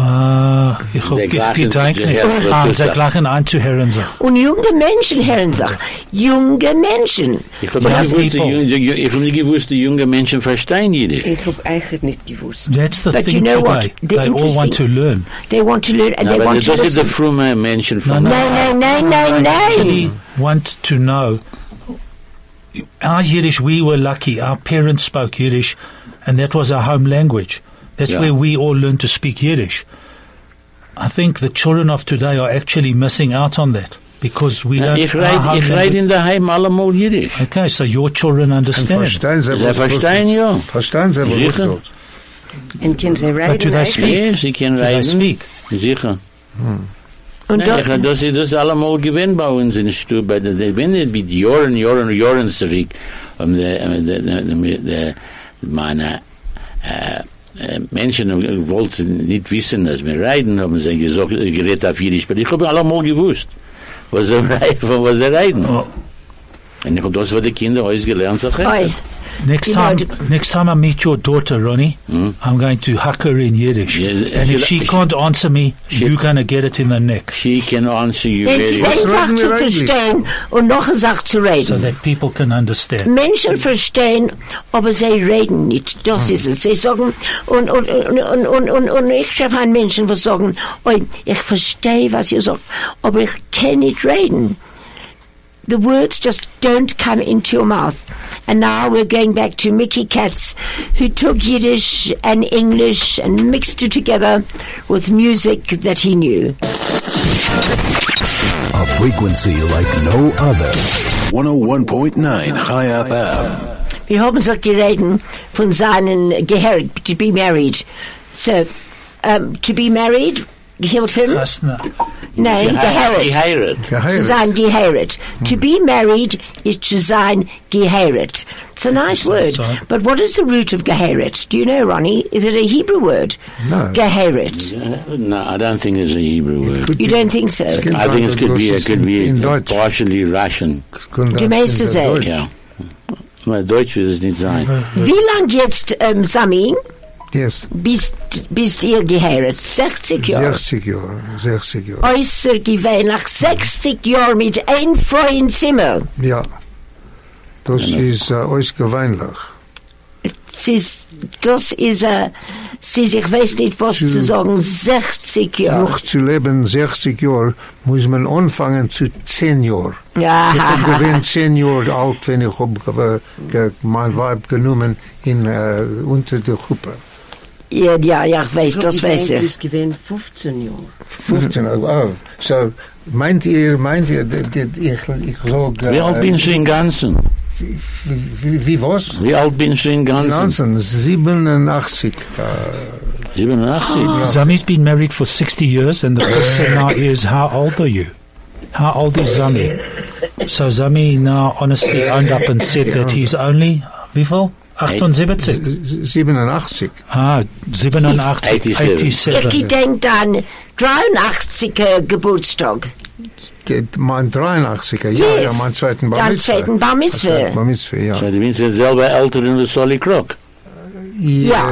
S2: ich hab ge-
S5: Der Glachen-
S2: gedacht,
S5: der Herr-
S2: nicht. Ah, seit Lachen anzuhören, so.
S1: Und junge Menschen, Herren sagt, junge Menschen.
S5: Ich habe
S2: Ja,
S5: nicht gewusst, die
S2: people.
S5: jungen- die- die- ich hab nicht gewusst, die jungen Menschen verstehen Jiddisch.
S3: Ich habe eigentlich nicht gewusst.
S2: That's the
S1: But
S2: thing
S1: you know what?
S2: today.
S1: The
S2: They all want to
S1: interesting-
S2: learn.
S1: They want to learn and
S5: Ja,
S1: they
S5: aber
S1: want
S5: das
S1: to
S5: ist der
S1: listen.
S5: frumme Menschen von
S1: no. Nein, nein, nein,
S2: I
S1: nein.
S2: actually want to know. Our Yiddish, we were lucky. Our parents spoke Yiddish, and that was our home language. That's
S5: Yeah.
S2: where we all learned to speak Yiddish. I think the children of today are actually missing out on that because we
S5: Ja,
S2: don't.
S5: Ich
S2: our home
S5: reite ich reit
S2: language-
S5: in der Heim allemal Jiddisch.
S2: Okay, so your children
S4: Und
S2: understand.
S4: verstehen Sie,
S5: Sie
S4: was-
S5: verstehen ja.
S4: Verstehen Sie, was ich
S5: Sicher.
S4: sage.
S3: Und können Sie
S2: But do
S3: reden?
S2: they
S3: eigentlich?
S2: speak?
S5: Ja, sie können
S2: Do they
S5: reiten.
S2: speak?
S5: Sicher.
S1: Und
S5: Nein, ich
S1: dort,
S5: habe das, das allemal gewinnt bei uns in der Stube. Bei der- der- Wenn ich mit Jahren, Jahren, Jahren zurück, um der- um der- der- der- der- meine äh, äh, Menschen äh, wollten nicht wissen, dass wir reiten, haben sie gesagt, äh, geredet auf Jiddisch. Aber ich habe allemal gewusst, was sie reiten. Was sie reiten.
S2: Oh.
S5: Und ich habe das für die Kinder ausgelernt. zu
S1: oi,
S5: reiten.
S2: Next
S1: You know,
S2: time,
S1: it-
S2: next time I meet your daughter, Ronnie, I'm going to hack her in Yiddish,
S5: Hmm? Yeah,
S2: and if she,
S5: she- she-
S2: can't answer me,
S5: she-
S2: you're going to get it in the neck,
S5: She can answer you
S1: wenn
S5: very
S1: sie
S5: well.
S1: eine Sache
S4: reden
S1: zu
S4: wir eigentlich?
S1: verstehen und noch eine Sache zu
S2: so
S1: reden.
S2: that people can understand.
S1: Menschen verstehen, aber sie reden nicht. Das ist es. Sie sagen, und, und, und, und, und, und, und ich treffe einen Menschen, die sagen, oi, ich verstehe, was ihr sagt, aber ich kann nicht reden. the words just don't come into your mouth. And now we're going back to Mickey Katz, who took Yiddish and English and mixed it together with music that he knew.
S7: A frequency like no other. 101.9 High FM.
S1: Wir haben so geredet von seinen Gehirn, to be married. So, um, to be married, hielt him?
S2: That's not-
S1: Nein,
S5: Sie
S1: Gehirn.
S5: heiratet.
S1: To
S4: Geheiratet.
S1: sein Geheirat. To be married is to sein Geheirat. It's a nice word.
S2: so.
S1: But what is the root of Geheirat? Do you know, Ronnie? Is it a Hebrew word?
S4: No.
S1: Geheirat.
S5: Eh, No, I don't think it's a Hebrew word.
S1: You don't think so?
S4: Kind
S5: I think it could be, it could be
S4: in Deutsch.
S5: partially Russian.
S4: Kinder-
S1: Die meisten
S4: Kinder
S1: sagen.
S4: Deutsch.
S5: Ja. Maar Deutsch wird es nicht sein.
S1: Wie lang jetzt, ähm, Sami,
S4: Yes.
S1: bist, bist ihr Geheirat? 60 Jahre?
S4: 60 Jahre, 60 Jahre.
S1: Äußer gewesen, nach 60 Jahren mit ein Frau im Zimmer.
S4: Ja. Das
S5: Ja.
S4: ist äh, ausgewöhnlich.
S1: Sie ist, das ist, äh, sie ist, ich weiß nicht, was
S4: Sie-
S1: zu sagen, 60 Jahre.
S4: Noch zu leben 60 Jahre muss man anfangen zu 10 Jahren.
S1: Ja,
S4: Ich bin gewesen 10 Jahre alt, wenn ich hab, äh, ge- mein Weib genommen in, äh, unter der Gruppe.
S1: Ja, ja, ja, ich weiß, das weiß ich.
S3: Ich gewinne 15 Jahre.
S4: 15 Jahre. Oh. So, meint ihr, meint ihr, d- d- ich, ich sag... äh,
S5: Wie alt bin je in Ganzen?
S4: wie- Wie, wie was?
S5: Wie alt bin je in Ganzen?
S4: Ganzen 87. Äh,
S5: 87.
S2: Zami's been married for 60 years, and the question now is, how old are you? How old is Zami? So Zami now honestly owned up and said that he's only, wie viel? 78.
S4: 87.
S2: Ah, 87,
S5: 87.
S2: 87.
S1: Ich denke an 83. Geburtstag.
S4: Geht Mein 83er, ja,
S1: Yes.
S4: ja, mein zweiten Bar
S1: Dein
S4: Mitzvah.
S1: zweiten Bar Mitzvah.
S4: Mein zweiten Bar Mitzvah, ja.
S5: So, die mensen selber älter dan de Solly Krok.
S4: Ja,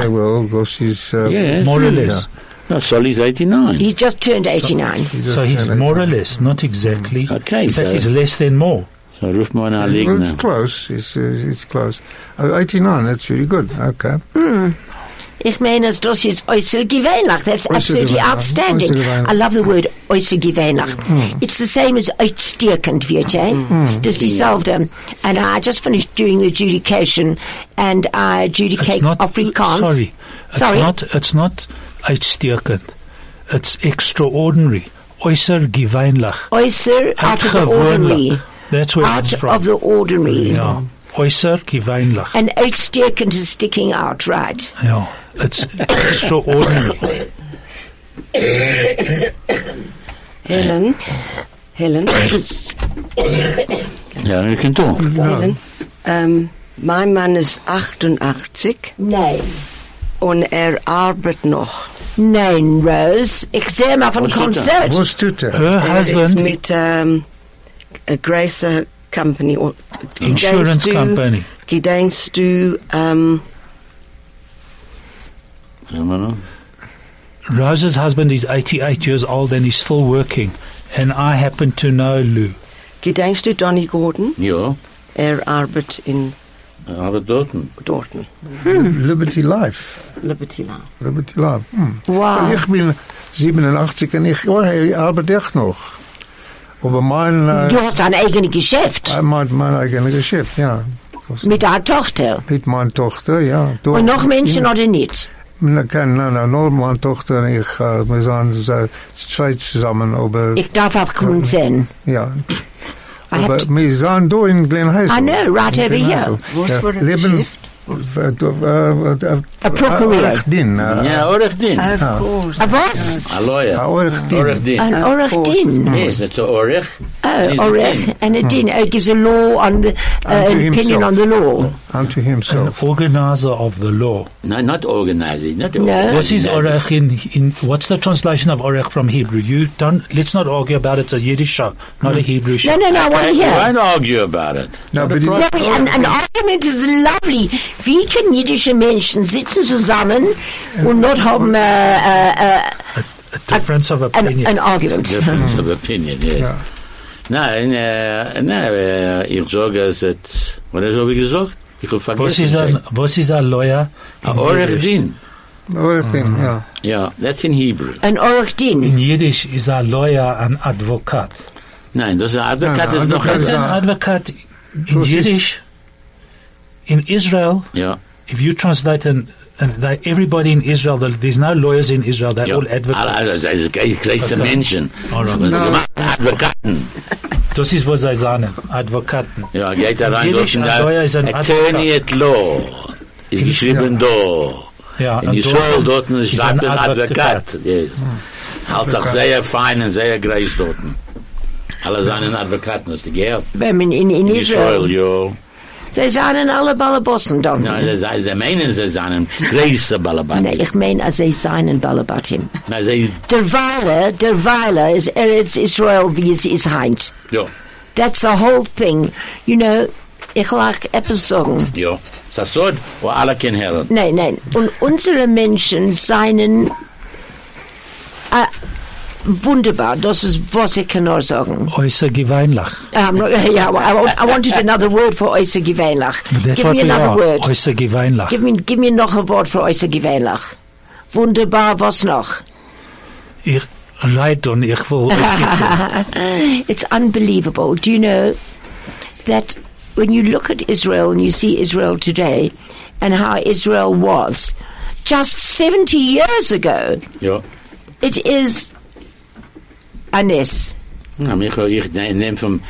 S1: Ja.
S4: well, das ist... äh,
S5: Ja,
S2: More or
S5: ja.
S2: less.
S5: Nou, Solly is 89.
S1: He just turned 89.
S4: dieses
S2: So he's
S4: Jahr-
S2: more or less, not exactly.
S5: Okay,
S2: In fact,
S5: so-
S2: he's less than more.
S5: So, ruf maar naar
S4: Well, it's
S5: Legna.
S4: close, it's, uh, it's close. Uh, 89, that's really good, okay.
S1: Ich meine, das ist äußerliche Weihnacht. That's absolutely
S4: Äußerliche Weihnacht.
S1: outstanding.
S4: Äußerliche Weihnacht.
S1: I love the word äußerliche Weihnacht. It's the same as uitsterkend, wie mm. Das dieselbe. And I just finished doing the adjudication and I adjudicate
S2: It's not
S1: Afrikaans.
S2: Sorry, it's
S1: Sorry.
S2: not. It's not uitstekend. It's extraordinary. Äußergewöhnlich.
S1: Äußer out of the ordinary.
S2: Uitgewöhnlich. That's where it's
S1: Out
S2: from.
S1: of the ordinary.
S2: yeah. Äußergewöhnlich.
S1: And uitsterkend is sticking out, right?
S2: Yeah. It's extraordinary.
S3: Helen, Helen,
S5: Ja, je kunt toch.
S3: Helen. Ähm, mein Mann ist 88
S1: Nein.
S3: und er arbeitet noch.
S1: Nein, Rose. Ich sehe mal von
S5: Was tut er?
S1: Konzert.
S4: Was tut er?
S2: Her
S3: Er ist
S2: Ah, husband,
S3: mit ähm, a Gracer Company. or- he
S2: Insurance
S3: goes to
S2: company.
S3: gedenkst du, ähm,
S2: Rose's husband is 88 years old and he's still working. And I happen to know Lou.
S3: gedenkst du Donny Gordon?
S5: Ja,
S3: Er arbeitet in
S5: aber dort.
S3: Dortmund,
S4: Liberty Life.
S3: Liberty Land.
S4: Liberty Life. Hm.
S1: Wow.
S4: Ich bin 87 und ich oh, hey, arbeite echt noch. Aber mein, äh,
S1: Du hast ein eigenes Geschäft
S4: äh, mein, mein eigenes Geschäft, ja.
S1: mit der Tochter.
S4: Mit meiner Tochter, ja. Du-
S1: Und noch Menschen
S4: in-
S1: oder nicht?
S4: Na, kein, nein, nein, nur meine Tochter und ich, äh, wir sind äh, zwei zusammen, aber,
S1: Ich darf auch kommen sehen.
S4: eh, ja.
S1: I have
S4: Aber
S1: to-
S4: wir sind da in Glen Heysel.
S1: I know, right
S4: In
S1: over
S4: Glen
S1: here.
S4: Heysel.
S3: Was
S4: Ja,
S3: für ein
S4: Leben,
S3: Geschäft?
S4: äh, du, äh, äh,
S1: A procurator.
S4: Din.
S5: Ja, Orechdin.
S1: Ah.
S3: Of course.
S1: A was?
S5: A lawyer.
S4: eh, Orechdin.
S5: Orechdin.
S1: An
S3: Of
S1: Orech
S3: course.
S1: Din.
S5: Yes, that's a Orech.
S1: Oh,
S5: He's a
S1: Orech
S5: Din.
S1: and a Din. Oh, gives a law on the, uh,
S4: And to
S1: an opinion
S4: himself.
S1: on the law.
S4: Unto
S2: An
S4: himself.
S1: Oh.
S2: organizer of the law.
S5: No, not organizer. Not
S1: No.
S2: What is
S5: organizer.
S2: Orech in, in what's the translation of Orech from Hebrew? You don't let's not argue about it. It's a Yiddish show, not a Hebrew show.
S1: Hmm. No, no, no, I want to
S5: Why
S1: hear.
S5: not argue about it?
S4: No, but it-
S1: Ja, aber An, an Argument is lovely. Wie können jüdische Menschen sitzen zusammen und not haben äh, äh, äh,
S2: A difference of
S1: an,
S2: opinion.
S1: an Argument?
S5: Difference of opinion, yes.
S4: Ja.
S5: Nein, äh, nein, äh, ich sage es jetzt, was habe ich gesagt? Ich habe
S2: What
S5: vergessen.
S2: is an
S5: gesagt.
S2: what is a lawyer?
S5: A
S2: in
S5: Orech
S2: Yiddish?
S5: Din.
S4: Orechdin, ja.
S5: Ja, that's in Hebrew.
S1: An Orech Din.
S2: In Yiddish is a lawyer an advokat.
S5: Nein, das ist ein Advokat,
S4: Nein,
S5: ist noch
S4: Advokat
S2: As
S4: is
S5: ein...
S2: an
S4: a-
S2: advokat in
S4: This is-
S2: Yiddish, in Israel,
S5: Ja,
S2: if you translate and, and like everybody in Israel, there- there's no lawyers in Israel. They're
S5: ja.
S2: all advocates.
S5: Also, das ist gleiche
S2: Okay.
S5: Menschen.
S2: All right.
S5: Was gemacht? Advokaten.
S2: Das ist was sie sagen, Advokaten.
S5: Ja, geht da rein, dort
S2: Jüdischer
S5: in der
S2: Lawyer ist ein
S5: Attorney at Law. Ist geschrieben da.
S2: Ja,
S5: In
S2: und
S5: Israel dort
S2: ist
S5: schreibt
S2: ein
S5: ein Advokat.
S2: Advokat. Hm.
S5: Yes. Als auch sehr fein und sehr greis dort. Alle seinen Advokaten, hast du gehört?
S1: Wenn man in, in
S5: In
S1: Israel.
S5: Israel, ja.
S1: Sie sagen alle Ballabossen dann.
S5: Nein, sie sei- sie meinen, sie seien greise
S1: Mhm. Nee,
S5: Balabat.
S1: ich meine, sie seien Ballabatim.
S5: Nein, sie,
S1: Der Weiler, der Weiler is Eretz Israel, wie es ist heint.
S5: ja,
S1: That's the whole thing. You know, ich lag etwas sagen.
S5: ja. Sassod, wo alle können hören.
S1: Nein, nein. Und unsere Menschen seien äh, wunderbar. Das ist, was ich kann nur sagen.
S2: Äußer geweinlich.
S1: Um, yeah, I, want- I wanted another word for äußer gewähnlich.
S2: That's
S1: Give
S2: what
S1: me
S2: we
S1: another
S2: are.
S1: word.
S2: Äußer geweinlich.
S1: Give me, give me noch ein Wort für äußer gewähnlich. Wunderbar, was noch?
S2: Ich reite und ich will.
S1: It's unbelievable. Do you know that when you look at Israel and you see Israel today and how Israel was just 70 years ago,
S5: Ja.
S1: it is anis.
S5: Ja, Michael, ich nehme vom,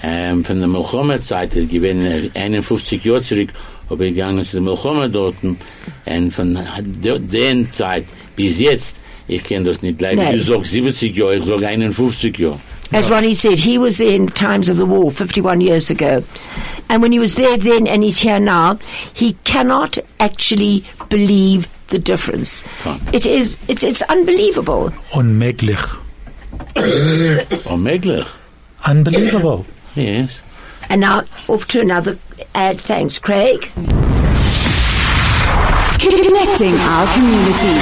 S5: ähm, von der Milchoma-Zeit, ich bin äh, 51 Jahre zurück, ob ich gegangen zu der Milchoma dort, und von de- den Zeit bis jetzt, ich kenne das nicht gleich,
S1: Nein.
S5: ich sage 70 Jahre, ich sage 51 Jahre.
S1: As Ronnie said, he was there in the times of the war 51 years ago. And when he was there then and he's here now, he cannot actually believe the difference.
S5: Huh.
S1: It is, it's, it's unbelievable.
S2: Unmöglich.
S5: Unmöglich.
S2: Unbelievable.
S5: Yes.
S1: And now off to another ad. Thanks, Craig.
S6: Connecting our community.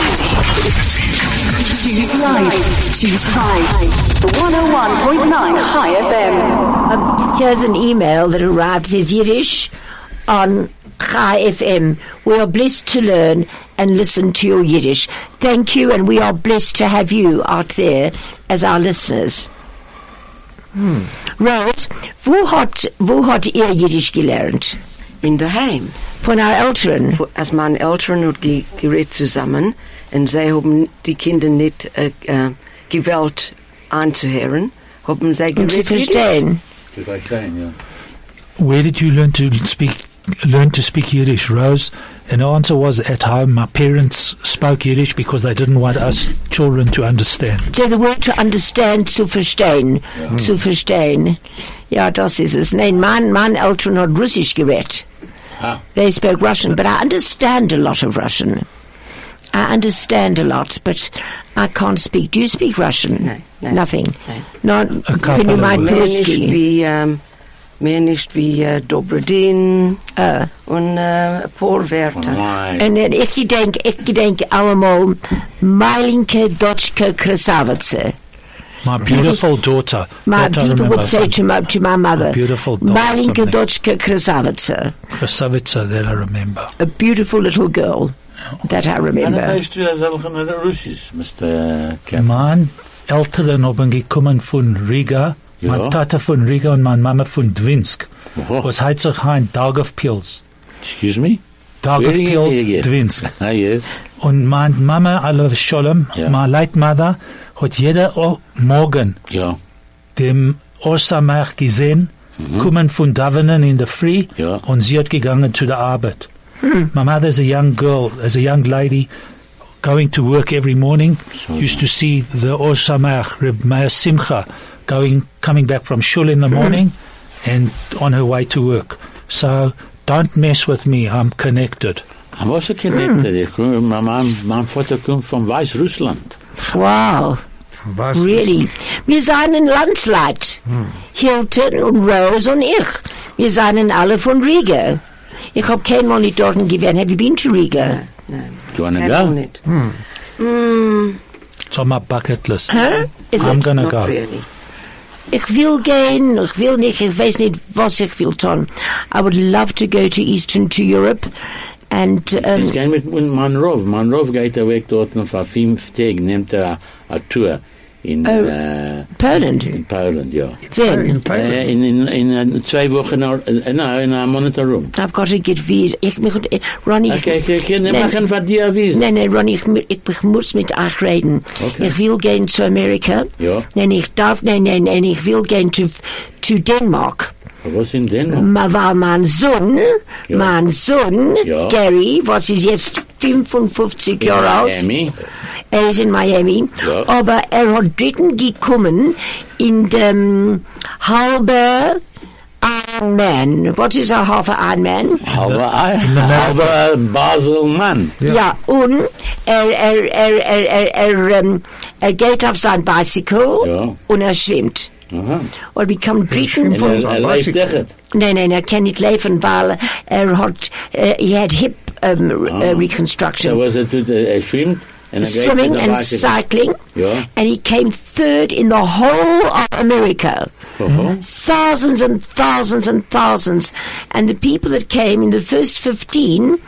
S6: Choose life. Choose pride. 101.9 High FM.
S1: Um, here's an email that arrived. It says Yiddish on Chai FM. We are blessed to learn and listen to your Yiddish. Thank you, and we are blessed to have you out there as our listeners. Rose, wo hat, wo hat ihr Yiddish gelernt?
S3: In der Heim.
S1: Von our Eltern.
S3: Wo- Als meine Eltern und die gerät zusammen und sie haben die Kinder nicht äh, äh, gewählt anzuhören, haben sie
S1: Und zu
S3: gerät
S1: verstehen.
S5: Das war klein, ja.
S2: Where did you learn to speak? Learn to speak Yiddish, Rose. And the answer was at home. My parents spoke Yiddish because they didn't want us children to understand.
S1: So the word to understand, zu verstehen. Zu verstehen. Ja, das ist es. Nein, mein, mein Eltern hat Russisch geredet.
S5: Ah.
S1: They spoke Russian, but I understand a lot of Russian. I understand a lot, but I can't speak. Do you speak Russian?
S3: No, no.
S1: Nothing.
S3: No.
S1: Not,
S2: A
S1: can
S2: couple
S1: you
S2: of
S1: mind
S2: words.
S3: Männlich
S1: Persky?
S3: wie ähm, Mehr nicht wie äh, Dobrodin
S1: Ah.
S3: und äh, Porwerter.
S5: Nein.
S1: En, en ik denk, ik denk allemaal Malinke, Dotschke, Krasavice.
S2: My beautiful daughter.
S1: My
S2: That I
S1: people
S2: remember
S1: would say
S2: from
S1: to my, to my mother,
S2: beautiful dog,
S1: Malinka
S2: something.
S1: Dochka Krasavica,
S2: Krasavica that I remember.
S1: a beautiful little girl that I
S5: Wanneer
S1: remember.
S5: reist u als elke naar de Russisch, Mr. Kemp?
S2: Mein Eltern haben gekommen von Riga,
S5: Ja.
S2: mein Tata von Riga und meine Mama von Dwinsk.
S5: Oh,
S2: Was heißt sich ein Tag of Pils?
S5: excuse me?
S2: Tag of
S5: Where you
S2: Pils,
S5: again?
S2: Dwinsk.
S5: Ah, yes.
S2: Und meine Mama, alle Scholem,
S5: Ja.
S2: meine Leitmother, hat jeder O- Morgen
S5: Ja,
S2: dem Osamach gesehen, kommen von Davenen in der Früh
S5: Mhm. Ja.
S2: und sie hat gegangen zu der Arbeit.
S1: Hm.
S2: My mother is a young girl, as a young lady, going to work every morning,
S5: So
S2: used to see the Osamach, Reb Meir Simcha, going, coming back from shul in the
S1: Hm.
S2: morning and on her way to work. So don't mess with me, I'm connected.
S5: I'm also
S1: Hmm.
S5: connected. Ik kom, mijn, mijn, mijn vader komt van Weiss-Rusland.
S1: Wow,
S4: Was?
S1: really. Wir seien Landsleit.
S2: Hmm.
S1: Hilton und Rose und ich. Wir seien alle von Riga. Ich hab keinmal nicht dort gewesen. Have you been to Riga?
S3: Nein,
S5: Do you want to
S3: I don't
S5: go?
S3: it.
S2: It's on my bucket list.
S1: Huh? Is
S2: I'm
S1: it?
S2: going to
S3: Not
S2: go.
S3: really.
S1: Ich will gehen, ich will nicht, ich weiß nicht, was ich will tun. I would love to go to Eastern, to Europe. And,
S5: Ich
S1: um,
S5: gehe mit Manrov. Manrov geht er weg dort und vor fünf Tagen nimmt er eine Tour in,
S1: Oh.
S5: äh,
S1: Poland.
S5: in Poland, ja.
S1: When?
S4: In Poland.
S5: Äh, in, in, in, äh, zwei Wochen, äh, na, in einem Monat herum.
S1: I've got to get visa. Ich mich, eh, Ronnie, ich-
S5: Okay, okay, okay,
S1: Nee.
S5: wir machen von dir ein Visum.
S1: Nein, nein, Ronnie, ich, mu- ich, ich muss mit euch reden.
S5: Okay.
S1: Ich will gehen zu Amerika.
S5: Ja.
S1: Nein, ich darf, nein, nein, nein, ich will gehen zu, zu Dänemark.
S5: Was in Dänemark?
S1: Ma- Weil mein Sohn,
S5: Ja.
S1: mein Sohn,
S5: Ja.
S1: Gary, was ist jetzt 55 Jahre alt,
S5: Miami.
S1: er ist in Miami,
S5: Ja.
S1: aber er hat dritten gekommen in um, dem halbe Ironman. Was ist ein halber Ironman?
S5: Halbe, halbe Baselmann.
S1: Ja, und er, er, er, er, er, er, ähm, er geht auf sein Bicycle
S5: Ja.
S1: und er schwimmt.
S5: Aha.
S1: Und wir kommen dritten
S4: schwimmt
S5: En
S1: von...
S5: er, er leeft echt.
S1: Nein, nein, er kann nicht leben, weil er hat, äh, he had hip ähm, äh,
S5: So
S1: reconstruction.
S5: was er tut, er er schwimmt. En er geht
S1: Swimming
S5: met de
S1: and
S5: bicycle.
S1: cycling.
S5: Ja.
S1: And he came third in the whole of America. Hmm?
S5: Aha.
S1: thousands and thousands and thousands. And the people that came in the first 15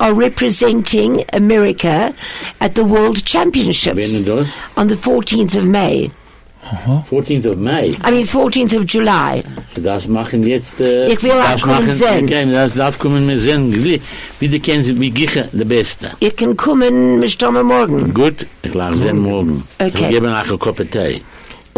S1: are representing America at the World
S5: When it
S1: Championships
S5: does?
S1: on the 14th of May.
S5: 14th of May.
S1: I mean, 14th of July.
S5: Das machen jetzt. Äh,
S1: Ich will
S5: das
S1: auch kommen sehen.
S5: Okay, das darf kommen wir sehen. Wie- Wie die kennen Sie, wie Giche, der Beste.
S1: You can come in Mr. Morgen.
S5: Gut, ich lade sehen morgen.
S1: Okay.
S5: Ich gebe nachher einen Kopf Tee.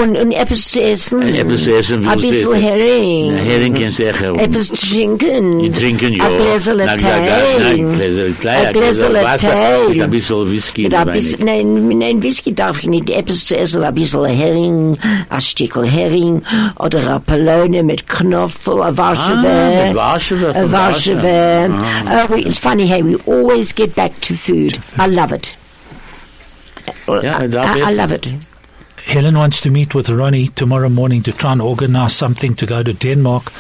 S1: Und, und etwas zu essen.
S5: Und etwas zu essen, wie
S1: Ein
S5: du es
S1: bisschen
S5: willst.
S1: Hering.
S5: Na, Hering kannst du echt haben.
S1: Etwas zu trinken.
S5: Die trinken, ja.
S1: Ein Gläserle
S5: Na, ja, ja,
S1: Tee.
S5: Nein, Gläserle Tee.
S1: Ein
S5: ein Gläserle
S1: Gläserle
S5: Wasser
S1: Tee.
S5: Mit ein bisschen Whisky.
S1: Mit ein
S5: dabei nicht.
S1: bisschen, nein, nein, Whisky darf ich nicht. Etwas zu essen, ein bisschen Hering, ein Stückel Hering oder eine Pelone mit Knopfel, ein
S5: Ah,
S1: Warschewe.
S5: mit Warschewe,
S1: A
S5: von Ah.
S1: Warschewe. Oh, we- it's funny, hey, we always get back to food. I love it.
S5: Ja,
S1: I,
S5: dat
S1: I- I
S5: is-
S1: love it.
S2: Helen wants to meet with Ronnie tomorrow morning to try and organize something to go to Denmark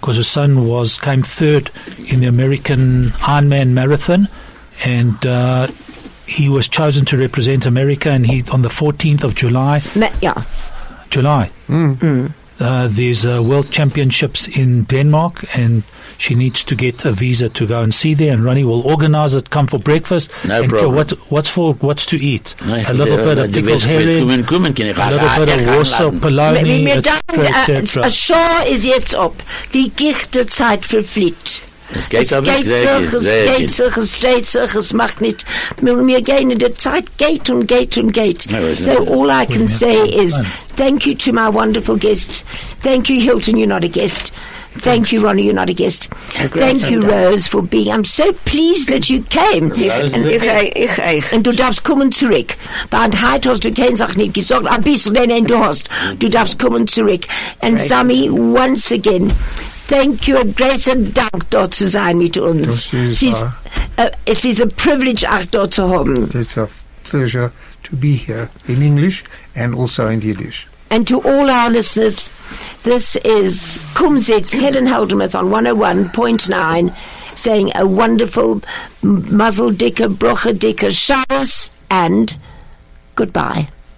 S2: because her son was came third in the American Ironman marathon, and uh, he was chosen to represent America. And he on the 14th of July,
S1: Ma- yeah.
S2: July,
S5: Mm.
S2: Uh, there's uh, World Championships in Denmark, and she needs to get a visa to go and see there. And Ronnie will organize it. Come for breakfast.
S5: No
S2: and
S5: problem.
S2: What, what's for? What's to eat?
S5: Nein, ich
S2: a little
S5: will-
S2: bit of
S5: die
S2: pickled
S5: Wespe wird
S2: herring.
S5: Kommen, kommen, kann ich
S2: A
S5: ah,
S2: little bit
S5: ich
S2: of
S5: kann
S2: Warsaw
S1: Mir-
S5: laden.
S1: mir-
S2: Poloni,
S1: mir
S2: etc.
S1: danken, äh,
S2: etc.
S1: Shaw ist jetzt ab. Wie gichte Zeit verfliegt.
S5: Es geht aber
S1: geht
S5: sehr
S1: sich,
S5: gut,
S1: es
S5: sehr
S1: geht
S5: gut.
S1: sich, es geht sich, es macht nicht. Mir, mir gehen in der Zeit, geht und geht und geht.
S5: Ja, aber es
S1: So
S5: ist nicht-
S1: all I can say is,
S2: Nein.
S1: thank you to my wonderful guests. Thank you, Hilton, you're not a guest. Thank you, Ronnie, you're not a guest. Thank you, Rose, for being. I'm so pleased that you came.
S5: Rose
S1: And-
S5: is
S3: Ich, ich, ich.
S1: Und du darfst kommen zurück. Und heute hast du keine Sache nicht gesagt. Ein bisschen, nein, nein, du hast. Du darfst kommen zurück. And Sami, once again, thank you, a greater Dank, dort zu sein mit uns.
S4: Das ist
S1: Sie ist-
S4: wahr.
S1: äh, es ist ein Privilege, auch dort zu haben.
S4: It's a pleasure to be here in English and also in Yiddish.
S1: And to all our listeners, this is Kumzit Helen Haldermuth on 101.9 saying a wonderful Muzzle Dicker, Brocha Dicker, Shabbos, and goodbye.